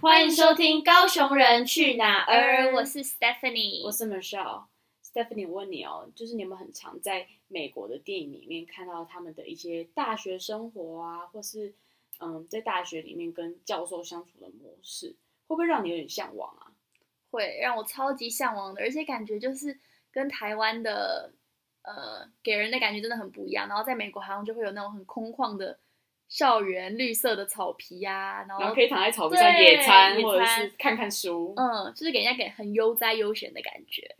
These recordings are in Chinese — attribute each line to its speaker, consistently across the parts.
Speaker 1: 欢迎收听《高雄人去哪儿》，
Speaker 2: 嗯我是 Stephanie，
Speaker 1: 我是 Michelle。Stephanie，我问你哦，就是你们很常在美国的电影里面看到他们的一些大学生活啊，或是嗯，在大学里面跟教授相处的模式，会不会让你有点向往啊？
Speaker 2: 会让我超级向往的，而且感觉就是跟台湾的呃给人的感觉真的很不一样。然后在美国好像就会有那种很空旷的校园、绿色的草皮呀、然
Speaker 1: 然后
Speaker 2: 后
Speaker 1: 可以躺在草地上
Speaker 2: 对
Speaker 1: 野餐，
Speaker 2: 野
Speaker 1: 或者是
Speaker 2: 餐
Speaker 1: 看看书。
Speaker 2: 嗯，就是给人家给很悠哉悠闲的感觉。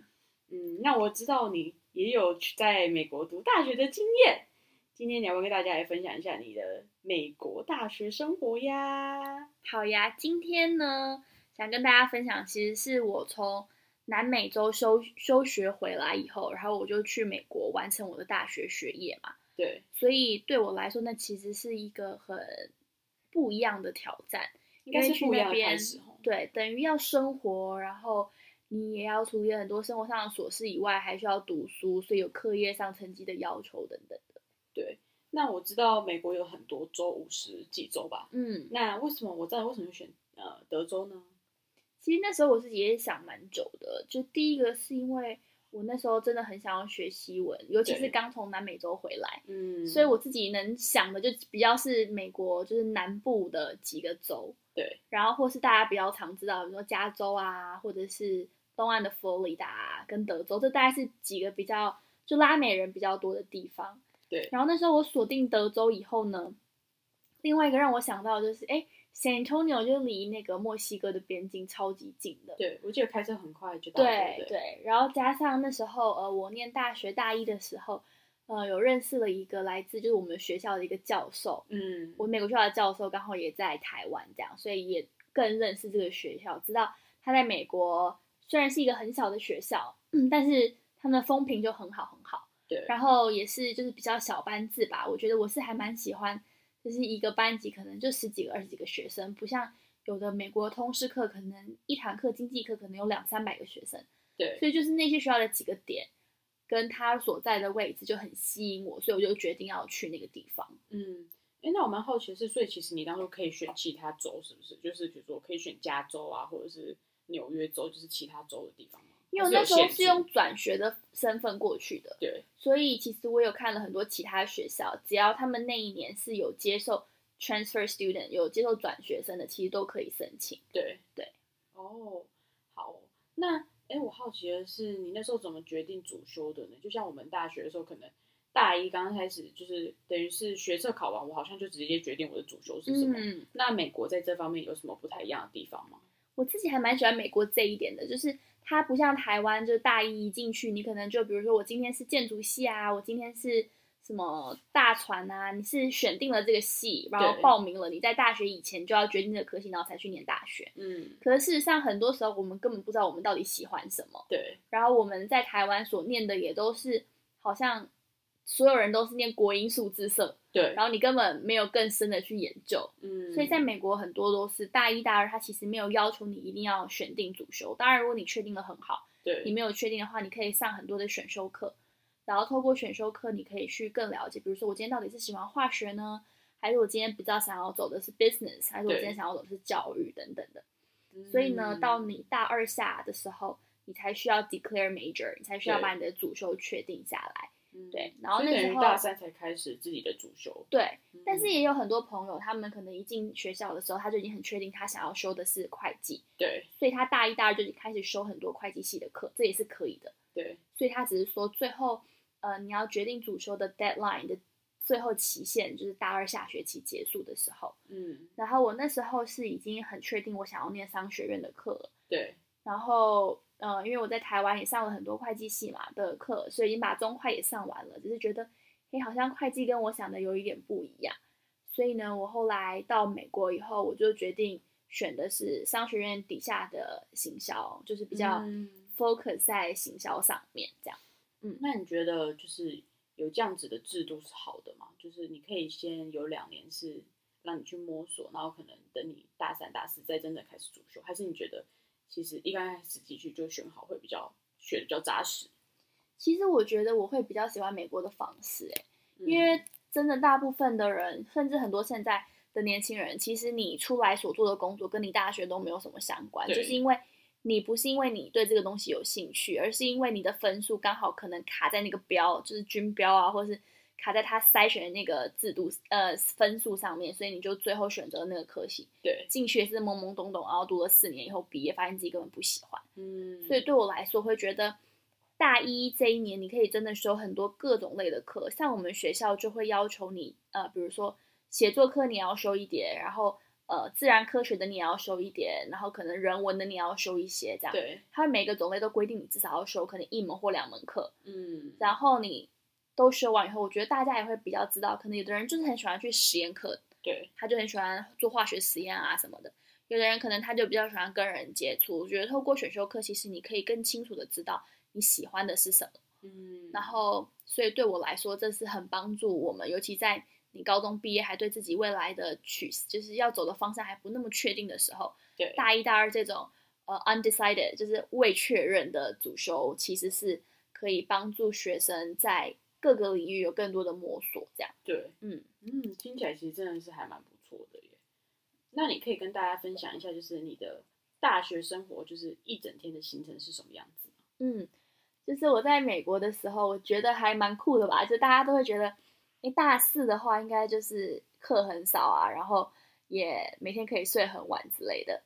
Speaker 1: 嗯，那我知道你也有去在美国读大学的经验。今天你要不要跟大家来分享一下你的美国大学生活呀？
Speaker 2: 好呀，今天呢，想跟大家分享，其实是我从南美洲休休学回来以后，然后我就去美国完成我的大学学业嘛。
Speaker 1: 对，
Speaker 2: 所以对我来说，那其实是一个很不一样的挑战，
Speaker 1: 应该
Speaker 2: 因为
Speaker 1: 是
Speaker 2: 去
Speaker 1: 不一样
Speaker 2: 那
Speaker 1: 的
Speaker 2: 边
Speaker 1: 开始哦。
Speaker 2: 对，等于要生活，然后你也要处理很多生活上的琐事以外，还需要读书，所以有课业上成绩的要求等等的。
Speaker 1: 那我知道美国有很多州，五十几州吧。
Speaker 2: 嗯，
Speaker 1: 那为什么我知道为什么选呃德州呢？
Speaker 2: 其实那时候我自己也想蛮久的，就第一个是因为我那时候真的很想要学西文，尤其
Speaker 1: 对
Speaker 2: 是刚从南美洲回来，
Speaker 1: 嗯
Speaker 2: 所以我自己能想的就比较是美国就是南部的几个州，
Speaker 1: 对，
Speaker 2: 然后或是大家比较常知道，比如说加州啊，或者是东岸的佛罗里达、啊、跟德州，这大概是几个比较就拉美人比较多的地方。
Speaker 1: 对
Speaker 2: 然后那时候我锁定德州以后呢，另外一个让我想到的就是，哎，San Antonio 就离那个墨西哥的边境超级近的。
Speaker 1: 对我记得开车很快就到了，对
Speaker 2: 对
Speaker 1: 不对
Speaker 2: 对，然后加上那时候呃，我念大学大一的时候，呃，有认识了一个来自就是我们学校的一个教授，
Speaker 1: 嗯，
Speaker 2: 我美国学校的教授刚好也在台湾，这样，所以也更认识这个学校，知道他在美国虽然是一个很小的学校，嗯但是他们的风评就很好很好，
Speaker 1: 对
Speaker 2: 然后也是就是比较小班制吧，我觉得我是还蛮喜欢，就是一个班级可能就十几个二十几个学生，不像有的美国通识课可能一堂课经济课可能有两三百个学生，
Speaker 1: 对
Speaker 2: 所以就是那些学校的几个点。跟他所在的位置就很吸引我，所以我就决定要去那个地方。
Speaker 1: 嗯。哎，那我蛮好奇的是，所以其实你当初可以选其他州，是不是？就是比如说可以选加州啊，或者是纽约州，就是其他州的地方吗？
Speaker 2: 因为我
Speaker 1: 还
Speaker 2: 那时候
Speaker 1: 有限
Speaker 2: 是
Speaker 1: 制
Speaker 2: 用转学的身份过去的，
Speaker 1: 对
Speaker 2: 所以其实我有看了很多其他学校，只要他们那一年是有接受 transfer student，有接受转学生的，其实都可以申请。
Speaker 1: 对
Speaker 2: 对。
Speaker 1: 哦，好，那哎，诶我好奇的是，你那时候怎么决定主修的呢？就像我们大学的时候，可能大一刚开始就是等于是学测考完，我好像就直接决定我的主修是什么。
Speaker 2: 嗯，
Speaker 1: 那美国在这方面有什么不太一样的地方吗？
Speaker 2: 我自己还蛮喜欢美国这一点的，就是它不像台湾，就是大一一进去，你可能就比如说我今天是建筑系啊，我今天是什么大船啊，你是选定了这个系，然后
Speaker 1: 对
Speaker 2: 报名了，你在大学以前就要决定这个科系，然后才去念大学。
Speaker 1: 嗯，
Speaker 2: 可是事实上，很多时候我们根本不知道我们到底喜欢什么。
Speaker 1: 对
Speaker 2: 然后我们在台湾所念的也都是好像所有人都是念国音数字社，
Speaker 1: 对，
Speaker 2: 然后你根本没有更深的去研究。
Speaker 1: 嗯，
Speaker 2: 所以在美国很多都是大一、大二，它其实没有要求你一定要选定主修。当然，如果你确定的很好，你
Speaker 1: 对
Speaker 2: 没有确定的话，你可以上很多的选修课，然后透过选修课，你可以去更了解，比如说我今天到底是喜欢化学呢，还是我今天比较想要走的是 business，还是我
Speaker 1: 对
Speaker 2: 今天想要走的是教育等等的。
Speaker 1: 嗯
Speaker 2: 所以呢，到你大二下的时候，你才需要 declare major，你才需要
Speaker 1: 对
Speaker 2: 把你的主修确定下来。
Speaker 1: 嗯
Speaker 2: 对然后
Speaker 1: 所以
Speaker 2: 那
Speaker 1: 等
Speaker 2: 时
Speaker 1: 于
Speaker 2: 候
Speaker 1: 大三才开始自己的主修，
Speaker 2: 对，但是
Speaker 1: 嗯
Speaker 2: 也有很多朋友，他们可能一进学校的时候，他就已经很确定他想要修的是会计，
Speaker 1: 对
Speaker 2: 所以他大一、大二就已经开始修很多会计系的课，这也是可以的。
Speaker 1: 对
Speaker 2: 所以他只是说，最后呃，你要决定主修的 deadline 的最后期限，就是大二下学期结束的时候。
Speaker 1: 嗯
Speaker 2: 然后我那时候是已经很确定我想要念商学院的课了。
Speaker 1: 对
Speaker 2: 然后，呃，因为我在台湾也上了很多会计系嘛的课，所以已经把中会也上完了，只是觉得，诶，好像会计跟我想的有一点不一样。所以呢，我后来到美国以后，我就决定选的是商学院底下的行销，就是比较
Speaker 1: 嗯
Speaker 2: focus 在行销上面这样。嗯
Speaker 1: 那你觉得就是有这样子的制度是好的吗？就是你可以先有两年是让你去摸索，然后可能等你大三、大四再真正开始主修，还是你觉得其实一刚开始进去就选好会比较学的比较扎实？
Speaker 2: 其实我觉得我会比较喜欢美国的方式，诶，
Speaker 1: 嗯
Speaker 2: 因为真的大部分的人，甚至很多现在的年轻人，其实你出来所做的工作跟你大学都没有什么相关，
Speaker 1: 对
Speaker 2: 就是因为你不是因为你对这个东西有兴趣，而是因为你的分数刚好可能卡在那个标，就是军标啊，或是卡在他筛选的那个制度呃分数上面，所以你就最后选择那个科系。
Speaker 1: 对，
Speaker 2: 进去也是懵懵懂懂，然后读了四年以后毕业，发现自己根本不喜欢。
Speaker 1: 嗯，
Speaker 2: 所以对我来说，会觉得大一这一年，你可以真的修很多各种类的课。像我们学校就会要求你，呃，比如说写作课你也要修一节，然后呃自然科学的你也要修一节，然后可能人文的你也要修一些，这样。
Speaker 1: 对，
Speaker 2: 它每个种类都规定你至少要修可能一门或两门课，
Speaker 1: 嗯，
Speaker 2: 然后你都修完以后，我觉得大家也会比较知道，可能有的人就是很喜欢去实验课，
Speaker 1: 对，
Speaker 2: 他就很喜欢做化学实验啊什么的。有的人可能他就比较喜欢跟人接触，我觉得透过选修课，其实你可以更清楚的知道你喜欢的是什么。
Speaker 1: 嗯，
Speaker 2: 然后，所以对我来说，这是很帮助我们，尤其在你高中毕业还对自己未来的取，就是要走的方向还不那么确定的时候，
Speaker 1: 对，
Speaker 2: 大一、大二这种呃 undecided 就是未确认的主修，其实是可以帮助学生在各个领域有更多的摸索。这样，
Speaker 1: 对，
Speaker 2: 嗯。
Speaker 1: 嗯，听起来其实真的是还蛮不错的耶。那你可以跟大家分享一下，就是你的大学生活，就是一整天的行程是什么样子吗？
Speaker 2: 嗯，就是我在美国的时候，我觉得还蛮酷的吧，就大家都会觉得，诶，大四的话应该就是课很少啊，然后也每天可以睡很晚之类的。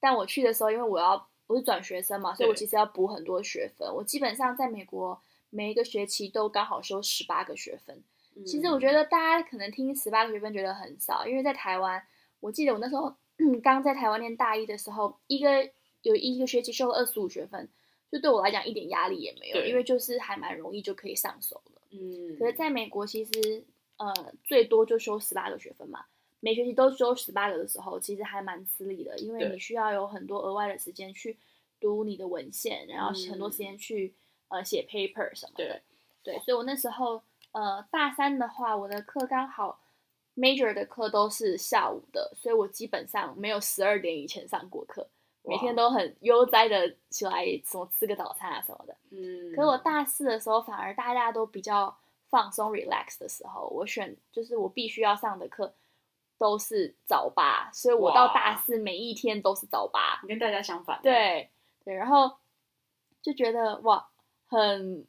Speaker 2: 但我去的时候，因为我要我是转学生嘛，所以我
Speaker 1: 对
Speaker 2: 其实要补很多学分。我基本上在美国每一个学期都刚好修十八个学分，其实
Speaker 1: 嗯
Speaker 2: 我觉得大家可能听十八个学分觉得很少，因为在台湾，我记得我那时候 刚在台湾念大一的时候，一个有一个学期修了二十五学分，就对我来讲一点压力也没有，
Speaker 1: 对
Speaker 2: 因为就是还蛮容易就可以上手的。
Speaker 1: 得，嗯，
Speaker 2: 可是在美国，其实呃最多就修十八个学分嘛，每学期都修十八个的时候，其实还蛮吃力的，因为
Speaker 1: 对
Speaker 2: 你需要有很多额外的时间去读你的文献，然后
Speaker 1: 嗯
Speaker 2: 很多时间去、呃写 paper 什么的
Speaker 1: 对。
Speaker 2: 对，所以我那时候呃大三的话，我的课刚好 major 的课都是下午的，所以我基本上没有十二点以前上过课，每天
Speaker 1: 哇，
Speaker 2: 都很悠哉的起来，什么吃个早餐啊什么的。
Speaker 1: 嗯，
Speaker 2: 可是我大四的时候，反而大家都比较放松 relax 的时候，我选就是我必须要上的课都是早八，所以我到
Speaker 1: 哇
Speaker 2: 大四每一天都是早八。
Speaker 1: 你跟大家相反，，啊
Speaker 2: 对对，然后就觉得哇，很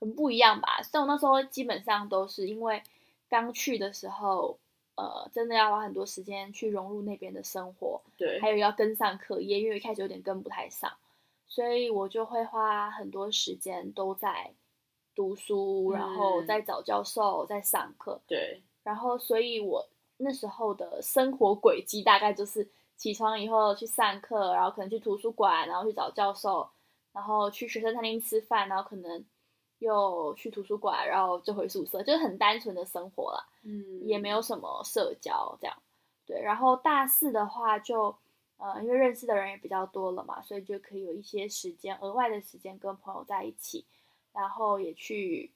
Speaker 2: 很不一样吧。所以我那时候基本上都是因为刚去的时候，呃，真的要花很多时间去融入那边的生活，
Speaker 1: 对，
Speaker 2: 还有要跟上课业，因为一开始有点跟不太上，所以我就会花很多时间都在读书，然后
Speaker 1: 嗯
Speaker 2: 在找教授，在上课，
Speaker 1: 对，
Speaker 2: 然后所以我那时候的生活轨迹大概就是起床以后去上课，然后可能去图书馆，然后去找教授，然后去学生餐厅吃饭，然后可能又去图书馆，然后就回宿舍，就是很单纯的生活啦。
Speaker 1: 嗯，
Speaker 2: 也没有什么社交这样。对，然后大四的话就，呃，因为认识的人也比较多了嘛，所以就可以有一些时间，额外的时间跟朋友在一起，然后也去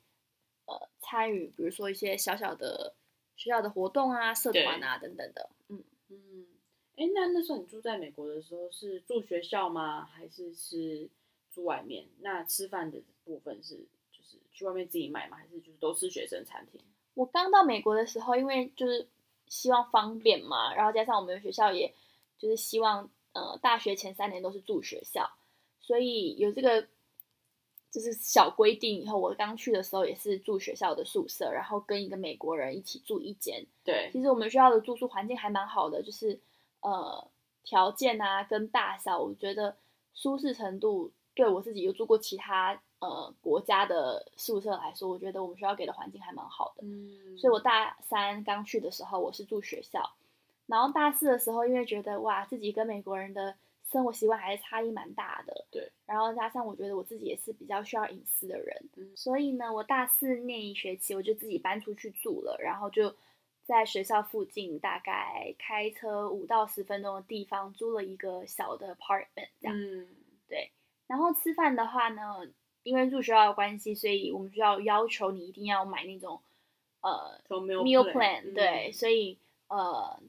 Speaker 2: 呃参与，比如说一些小小的学校的活动啊、社团啊等等的。嗯，
Speaker 1: 嗯，哎、那那时候你住在美国的时候是住学校吗？还是是住外面？那吃饭的部分是就是去外面自己买吗？还是就是都吃学生餐厅？
Speaker 2: 我刚到美国的时候，因为就是希望方便嘛，然后加上我们学校也就是希望，呃，大学前三年都是住学校，所以有这个就是小规定。以后我刚去的时候也是住学校的宿舍，然后跟一个美国人一起住一间。
Speaker 1: 对，
Speaker 2: 其实我们学校的住宿环境还蛮好的，就是呃条件啊跟大小，我觉得舒适程度对我自己有住过其他呃国家的宿舍来说，我觉得我们学校给的环境还蛮好的。
Speaker 1: 嗯
Speaker 2: 所以我大三刚去的时候，我是住学校，然后大四的时候，因为觉得哇，自己跟美国人的生活习惯还是差异蛮大的，
Speaker 1: 对，
Speaker 2: 然后加上我觉得我自己也是比较需要隐私的人，
Speaker 1: 嗯
Speaker 2: 所以呢，我大四那一学期我就自己搬出去住了，然后就在学校附近大概开车五到十分钟的地方租了一个小的 apartment 这样，
Speaker 1: 嗯，
Speaker 2: 然后吃饭的话呢，因为住学校的关系，所以我们学校要求你一定要买那种呃。
Speaker 1: 从 meal
Speaker 2: meal plan，
Speaker 1: 嗯
Speaker 2: 对，所以呃，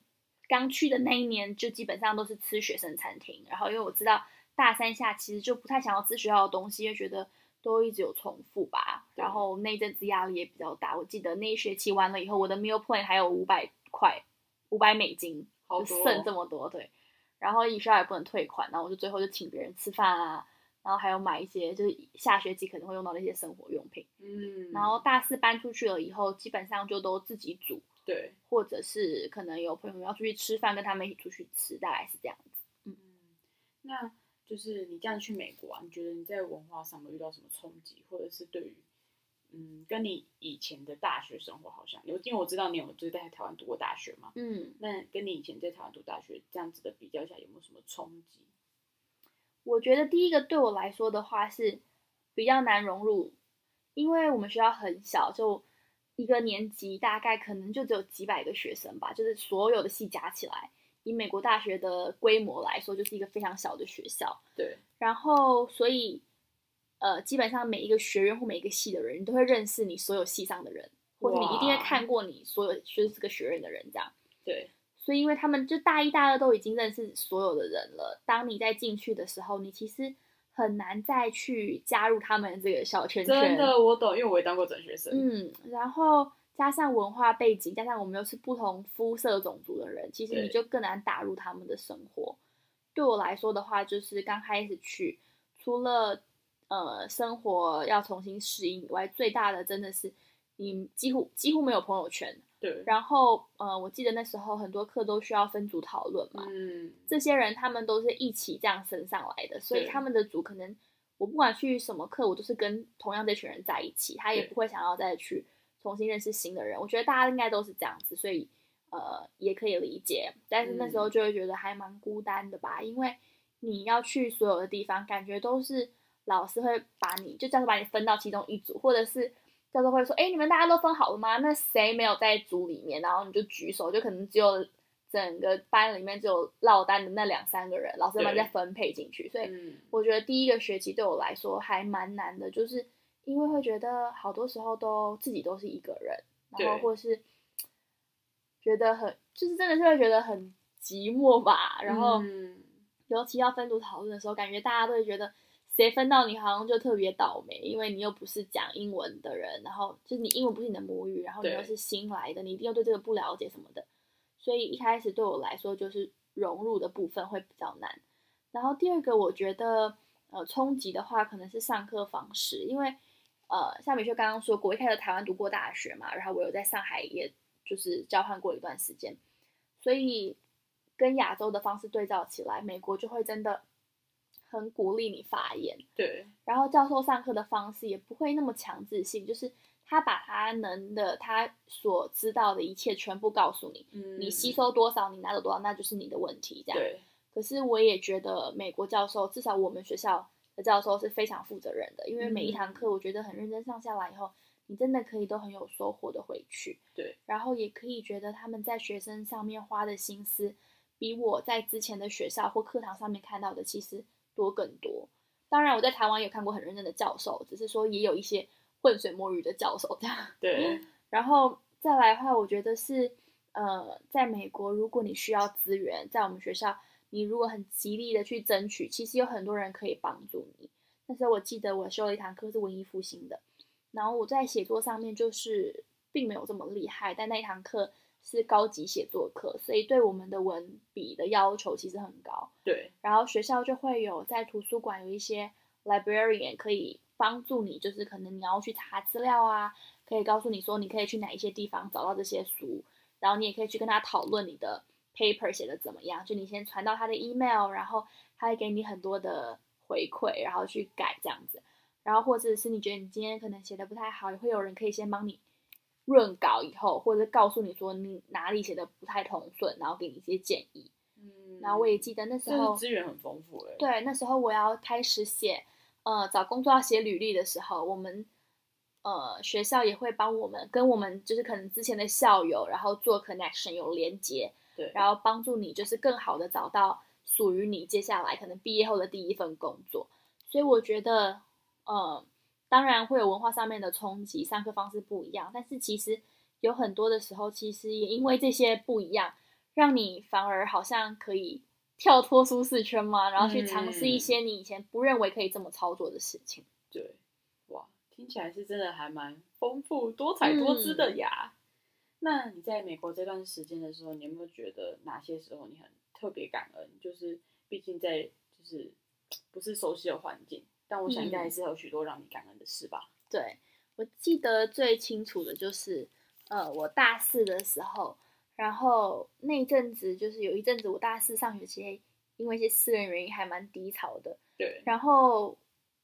Speaker 2: 刚去的那一年就基本上都是吃学生餐厅，然后因为我知道大三下其实就不太想要吃学校的东西，因为觉得都一直有重复吧，
Speaker 1: 对
Speaker 2: 然后那一阵子压力也比较大。我记得那一学期完了以后，我的 meal plan 还有五百块五百美金，
Speaker 1: 好
Speaker 2: 就
Speaker 1: 多
Speaker 2: 剩
Speaker 1: 哦
Speaker 2: 这么多，对。然后学校也不能退款，然后我就最后就请别人吃饭啊，然后还有买一些就是下学期可能会用到的一些生活用品。
Speaker 1: 嗯，
Speaker 2: 然后大四搬出去了以后，基本上就都自己煮，
Speaker 1: 对，
Speaker 2: 或者是可能有朋友要出去吃饭，跟他们一起出去吃，大概是这样子。
Speaker 1: 嗯，那就是你这样去美国啊，你觉得你在文化上有遇到什么冲击，或者是对于嗯，跟你以前的大学生活好像有，因为我知道你有就是在台湾读过大学嘛，
Speaker 2: 嗯，
Speaker 1: 那跟你以前在台湾读大学这样子的比较下，有没有什么冲击？
Speaker 2: 我觉得第一个对我来说的话是比较难融入，因为我们学校很小，就一个年级大概可能就只有几百个学生吧，就是所有的系加起来，以美国大学的规模来说，就是一个非常小的学校。
Speaker 1: 对，
Speaker 2: 然后所以呃，基本上每一个学院或每一个系的人，你都会认识你所有系上的人，或者你一定会
Speaker 1: 哇
Speaker 2: 看过你所有学这个学院的人这样。
Speaker 1: 对，
Speaker 2: 所以，因为他们就大一、大二都已经认识所有的人了，当你在进去的时候，你其实很难再去加入他们这个小圈圈。
Speaker 1: 真的我懂，因为我也当过转学生，
Speaker 2: 嗯，然后加上文化背景，加上我们又是不同肤色、种族的人，其实你
Speaker 1: 对
Speaker 2: 就更难打入他们的生活。对我来说的话，就是刚开始去，除了呃生活要重新适应以外，最大的真的是你几乎几乎没有朋友圈。
Speaker 1: 对，
Speaker 2: 然后呃，我记得那时候很多课都需要分组讨论嘛，
Speaker 1: 嗯，
Speaker 2: 这些人他们都是一起这样升上来的，所以
Speaker 1: 对
Speaker 2: 他们的组可能我不管去什么课，我都是跟同样这群人在一起，他也
Speaker 1: 对
Speaker 2: 不会想要再去重新认识新的人。我觉得大家应该都是这样子，所以呃也可以理解。但是那时
Speaker 1: 嗯
Speaker 2: 候就会觉得还蛮孤单的吧，因为你要去所有的地方，感觉都是老师会把你就叫做把你分到其中一组，或者是。教授会说：“哎、你们大家都分好了吗？那谁没有在组里面？然后你就举手，就可能只有整个班里面只有落单的那两三个人，老师们
Speaker 1: 对
Speaker 2: 再分配进去。所以
Speaker 1: 嗯，
Speaker 2: 我觉得第一个学期对我来说还蛮难的，就是因为会觉得好多时候都自己都是一个人，然后
Speaker 1: 对
Speaker 2: 或是觉得很就是真的是会觉得很寂寞吧。然后
Speaker 1: 嗯
Speaker 2: 尤其要分组讨论的时候，感觉大家都会觉得谁分到你好像就特别倒霉，因为你又不是讲英文的人，然后就是你英文不是你的母语，然后你
Speaker 1: 对
Speaker 2: 又是新来的，你一定又对这个不了解什么的，所以一开始对我来说就是融入的部分会比较难。然后第二个，我觉得呃冲击的话，可能是上课方式，因为呃像美秀刚刚说过，我一开始在台湾读过大学嘛，然后我有在上海也就是交换过一段时间，所以跟亚洲的方式对照起来，美国就会真的很鼓励你发言，
Speaker 1: 对，
Speaker 2: 然后教授上课的方式也不会那么强制性，就是他把他能的、他所知道的一切全部告诉你，
Speaker 1: 嗯，
Speaker 2: 你吸收多少，你拿走多少，那就是你的问题，这样。
Speaker 1: 对，
Speaker 2: 可是我也觉得美国教授，至少我们学校的教授是非常负责任的，因为每一堂课我觉得很认真上下来以后，你真的可以都很有收获的回去。
Speaker 1: 对，
Speaker 2: 然后也可以觉得他们在学生上面花的心思，比我在之前的学校或课堂上面看到的其实多更多。当然，我在台湾有看过很认真的教授，只是说也有一些浑水摸鱼的教授这样。
Speaker 1: 对，
Speaker 2: 然后再来的话，我觉得是，呃，在美国，如果你需要资源，在我们学校，你如果很极力的去争取，其实有很多人可以帮助你。那时候我记得我修了一堂课是文艺复兴的，然后我在写作上面就是并没有这么厉害，但那一堂课是高级写作课，所以对我们的文笔的要求其实很高。
Speaker 1: 对，
Speaker 2: 然后学校就会有在图书馆有一些 librarian 可以帮助你，就是可能你要去查资料啊，可以告诉你说你可以去哪一些地方找到这些书，然后你也可以去跟他讨论你的 paper 写的怎么样，就你先传到他的 email，然后他会给你很多的回馈，然后去改这样子，然后或者是你觉得你今天可能写的不太好，也会有人可以先帮你。润稿以后，或者告诉你说你哪里写的不太通顺，然后给你一些建议。
Speaker 1: 嗯
Speaker 2: 然后我也记得那时
Speaker 1: 就
Speaker 2: 候
Speaker 1: 是资源很丰富哎，，
Speaker 2: 对，那时候我要开始写，呃，找工作要写履历的时候，我们呃学校也会帮我们跟我们就是可能之前的校友，然后做 connection 有连接，
Speaker 1: 对，
Speaker 2: 然后帮助你就是更好的找到属于你接下来可能毕业后的第一份工作。所以我觉得，呃，当然会有文化上面的冲击，上课方式不一样，但是其实有很多的时候，其实也因为这些不一样，让你反而好像可以跳脱舒适圈嘛，然后去尝试一些你以前不认为可以这么操作的事情。嗯
Speaker 1: 对，哇，听起来是真的还蛮丰富、多彩多姿的呀。那你在美国这段时间的时候，你有没有觉得哪些时候你很特别感恩？就是毕竟在就是不是熟悉的环境，但我想应该
Speaker 2: 嗯
Speaker 1: 还是有许多让你感恩的事吧。
Speaker 2: 对，我记得最清楚的就是，呃，我大四的时候，然后那一阵子就是有一阵子我大四上学期，因为一些私人原因还蛮低潮的，
Speaker 1: 对，
Speaker 2: 然后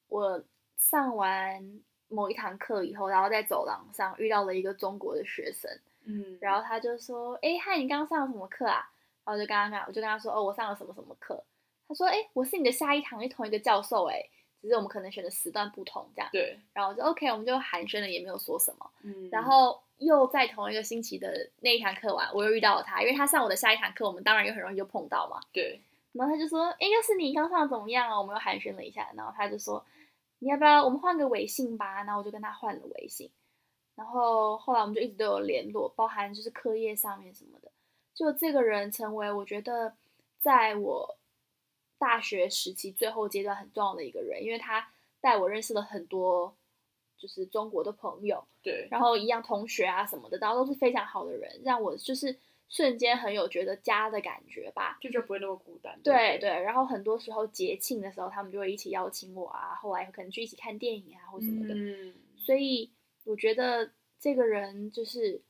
Speaker 2: 我上完某一堂课以后，然后在走廊上遇到了一个中国的学生，
Speaker 1: 嗯，
Speaker 2: 然
Speaker 1: 后
Speaker 2: 后他就说：“哎，嗨，你刚刚上了什么课啊？”然后我就跟他讲，我就跟他说：“哦，我上了什么什么课。”他说：“哎，我是你的下一堂是同一个教授，哎，只是我们可能选的时段不同这样。
Speaker 1: 对，”
Speaker 2: 然后我就 OK，我们就寒暄了，也没有说什么。
Speaker 1: 嗯，
Speaker 2: 然后又在同一个星期的那一堂课完，我又遇到了他，因为他上我的下一堂课，我们当然也很容易就碰到嘛。
Speaker 1: 对，
Speaker 2: 然后他就说：“哎，要是你刚上得怎么样啊？”我们又寒暄了一下，然后他就说：“你要不要我们换个微信吧？”然后我就跟他换了微信，然后后来我们就一直都有联络，包含就是课业上面什么的。就这个人成为我觉得在我大学时期最后阶段很重要的一个人，因为他带我认识了很多就是中国的朋友，
Speaker 1: 对，
Speaker 2: 然后一样同学啊什么的，然后都是非常好的人，让我就是瞬间很有觉得家的感觉吧。
Speaker 1: 就就不会那么孤单。
Speaker 2: 对
Speaker 1: 不
Speaker 2: 对，然后很多时候节庆的时候，他们就会一起邀请我啊，后来可能去一起看电影啊或什么的。
Speaker 1: 嗯，
Speaker 2: 所以我觉得这个人就是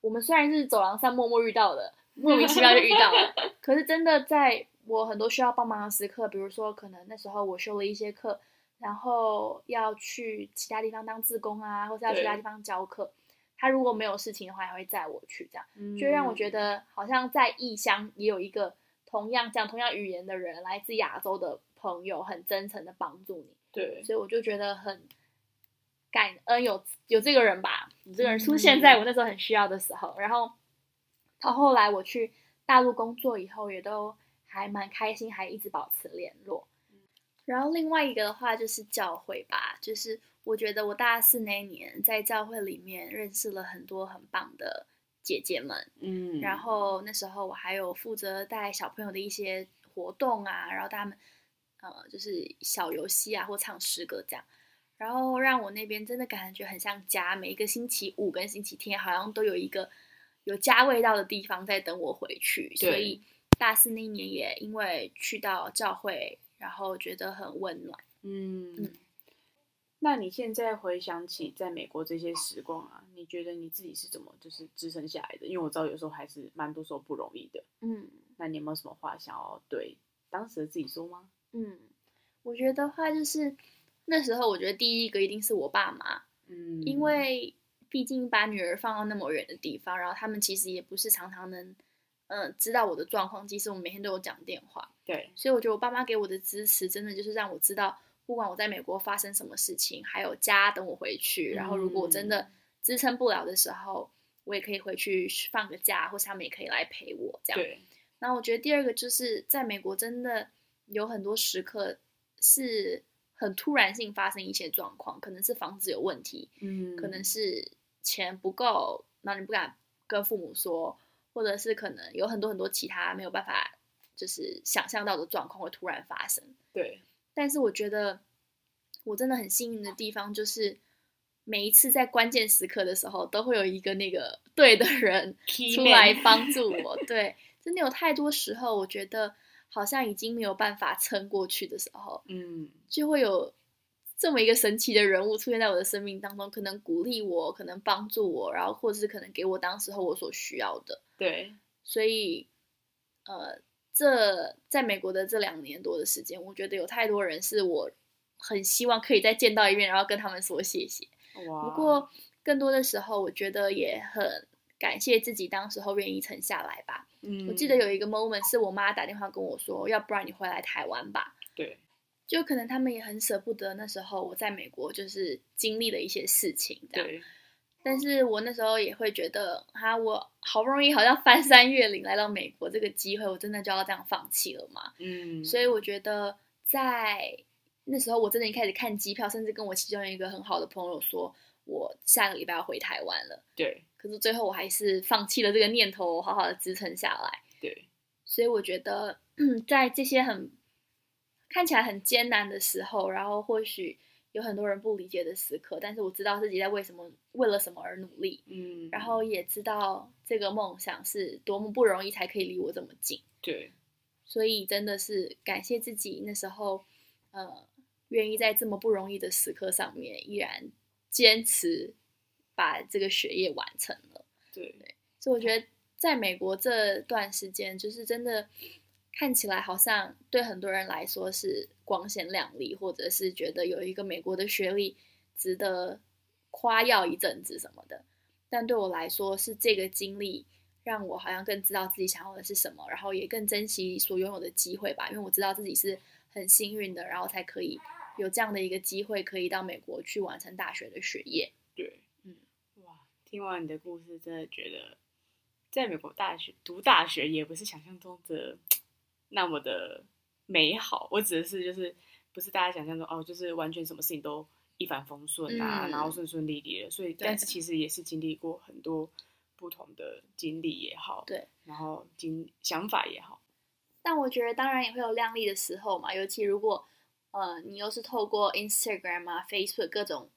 Speaker 2: 我们虽然是走廊上默默遇到的，莫名其妙就遇到了，可是真的在我很多需要帮忙的时刻，比如说可能那时候我修了一些课，然后要去其他地方当志工啊，或是要去其他
Speaker 1: 对
Speaker 2: 地方教课，他如果没有事情的话，也会载我去这样。
Speaker 1: 嗯
Speaker 2: 就让我觉得好像在异乡也有一个同样讲同样语言的人，来自亚洲的朋友，很真诚的帮助你，
Speaker 1: 对，
Speaker 2: 所以我就觉得很感恩有有这个人吧，有这
Speaker 1: 嗯
Speaker 2: 个人出现在我那时候很需要的时候。然后到后来我去大陆工作以后，也都还蛮开心，还一直保持联络。然后另外一个的话就是教会吧，就是我觉得我大四那一年在教会里面认识了很多很棒的姐姐们，
Speaker 1: 嗯，
Speaker 2: 然后那时候我还有负责带小朋友的一些活动啊，然后带他们呃就是小游戏啊或唱诗歌这样，然后让我那边真的感觉很像家，每一个星期五跟星期天好像都有一个有家味道的地方在等我回去，所
Speaker 1: 对
Speaker 2: 以大四那一年也因为去到教会，然后觉得很温暖。
Speaker 1: 嗯
Speaker 2: 嗯，
Speaker 1: 那你现在回想起在美国这些时光啊，你觉得你自己是怎么就是支撑下来的？因为我知道有时候还是蛮多时候不容易的。
Speaker 2: 嗯。
Speaker 1: 那你有没有什么话想要对当时的自己说吗？
Speaker 2: 嗯，我觉得话就是那时候，我觉得第一个一定是我爸妈，
Speaker 1: 嗯
Speaker 2: 因为毕竟把女儿放到那么远的地方，然后他们其实也不是常常能，嗯、知道我的状况。即使我们每天都有讲电话，
Speaker 1: 对，
Speaker 2: 所以我觉得我爸妈给我的支持，真的就是让我知道，不管我在美国发生什么事情，还有家等我回去，然后如果我真
Speaker 1: 嗯
Speaker 2: 的支撑不了的时候，我也可以回去放个假，或是他们也可以来陪我这样。
Speaker 1: 对，
Speaker 2: 然后我觉得第二个就是在美国真的有很多时刻是很突然性发生一些状况，可能是房子有问题，
Speaker 1: 嗯
Speaker 2: 可能是钱不够，那你不敢跟父母说，或者是可能有很多很多其他没有办法就是想象到的状况会突然发生。
Speaker 1: 对，
Speaker 2: 但是我觉得我真的很幸运的地方就是。每一次在关键时刻的时候，都会有一个那个对的人出来帮助我。对，真的有太多时候，我觉得好像已经没有办法撑过去的时候，
Speaker 1: 嗯，
Speaker 2: 就会有这么一个神奇的人物出现在我的生命当中，可能鼓励我，可能帮助我，然后或者是可能给我当时候我所需要的。
Speaker 1: 对，
Speaker 2: 所以，呃，这在美国的这两年多的时间，我觉得有太多人是我很希望可以再见到一面，然后跟他们说谢谢。
Speaker 1: 哇，
Speaker 2: 不过更多的时候，我觉得也很感谢自己当时候愿意沉下来吧。
Speaker 1: 嗯，
Speaker 2: 我记得有一个 moment 是我妈打电话跟我说，要不然你回来台湾吧。
Speaker 1: 对，
Speaker 2: 就可能他们也很舍不得那时候我在美国就是经历了一些事情这样，
Speaker 1: 对，
Speaker 2: 但是我那时候也会觉得，哈，我好不容易好像翻山越岭来到美国这个机会，我真的就要这样放弃了吗？
Speaker 1: 嗯，
Speaker 2: 所以我觉得在那时候，我真的一开始看机票，甚至跟我其中一个很好的朋友说，我下个礼拜要回台湾了。
Speaker 1: 对
Speaker 2: 可是最后我还是放弃了这个念头，我好好的支撑下来。
Speaker 1: 对，
Speaker 2: 所以我觉得，在这些很看起来很艰难的时候，然后或许有很多人不理解的时刻，但是我知道自己在为什么为了什么而努力，
Speaker 1: 嗯，
Speaker 2: 然后也知道这个梦想是多么不容易才可以离我这么近，
Speaker 1: 对，
Speaker 2: 所以真的是感谢自己那时候，呃，愿意在这么不容易的时刻上面依然坚持把这个学业完成了。
Speaker 1: 对，
Speaker 2: 所以我觉得在美国这段时间，就是真的看起来好像对很多人来说是光鲜亮丽，或者是觉得有一个美国的学历值得夸耀一阵子什么的。但对我来说，是这个经历让我好像更知道自己想要的是什么，然后也更珍惜所拥有的机会吧，因为我知道自己是很幸运的，然后才可以有这样的一个机会，可以到美国去完成大学的学业。
Speaker 1: 对，
Speaker 2: 嗯，
Speaker 1: 哇，听完你的故事，真的觉得在美国大学读大学也不是想象中的那么的美好。我指的是就是不是大家想象中哦，就是完全什么事情都一帆风顺啊，
Speaker 2: 嗯
Speaker 1: 然后顺顺利利的。所以，
Speaker 2: 对
Speaker 1: 但是其实也是经历过很多不同的经历也好，
Speaker 2: 对，
Speaker 1: 然后经想法也好，
Speaker 2: 但我觉得当然也会有亮丽的时候嘛，尤其如果呃你又是透过 Instagram 啊、Facebook 各种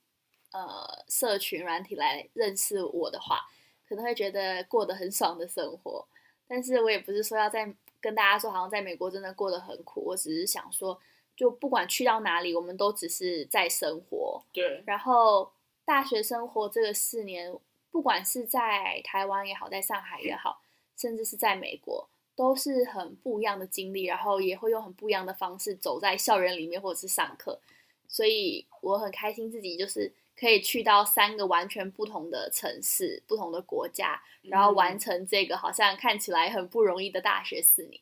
Speaker 2: 呃社群软体来认识我的话，可能会觉得过得很爽的生活。但是我也不是说要在跟大家说，好像在美国真的过得很苦，我只是想说，就不管去到哪里，我们都只是在生活，
Speaker 1: 对，
Speaker 2: 然后大学生活这个四年，不管是在台湾也好，在上海也好，甚至是在美国，都是很不一样的经历，然后也会用很不一样的方式走在校园里面或者是上课，所以我很开心自己就是可以去到三个完全不同的城市、不同的国家，然
Speaker 1: 嗯
Speaker 2: 后完成这个好像看起来很不容易的大学四年。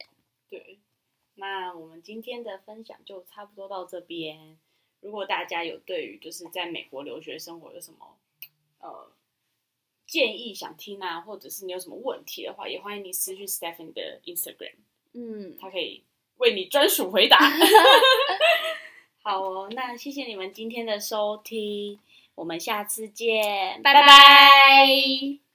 Speaker 1: 对，那我们今天的分享就差不多到这边。如果大家有对于就是在美国留学生活有什么呃建议想听啊，或者是你有什么问题的话，也欢迎你私讯 Stephen 的 Instagram，
Speaker 2: 嗯，
Speaker 1: 他可以为你专属回答。好哦，那谢谢你们今天的收听，我们下次见，
Speaker 2: 拜拜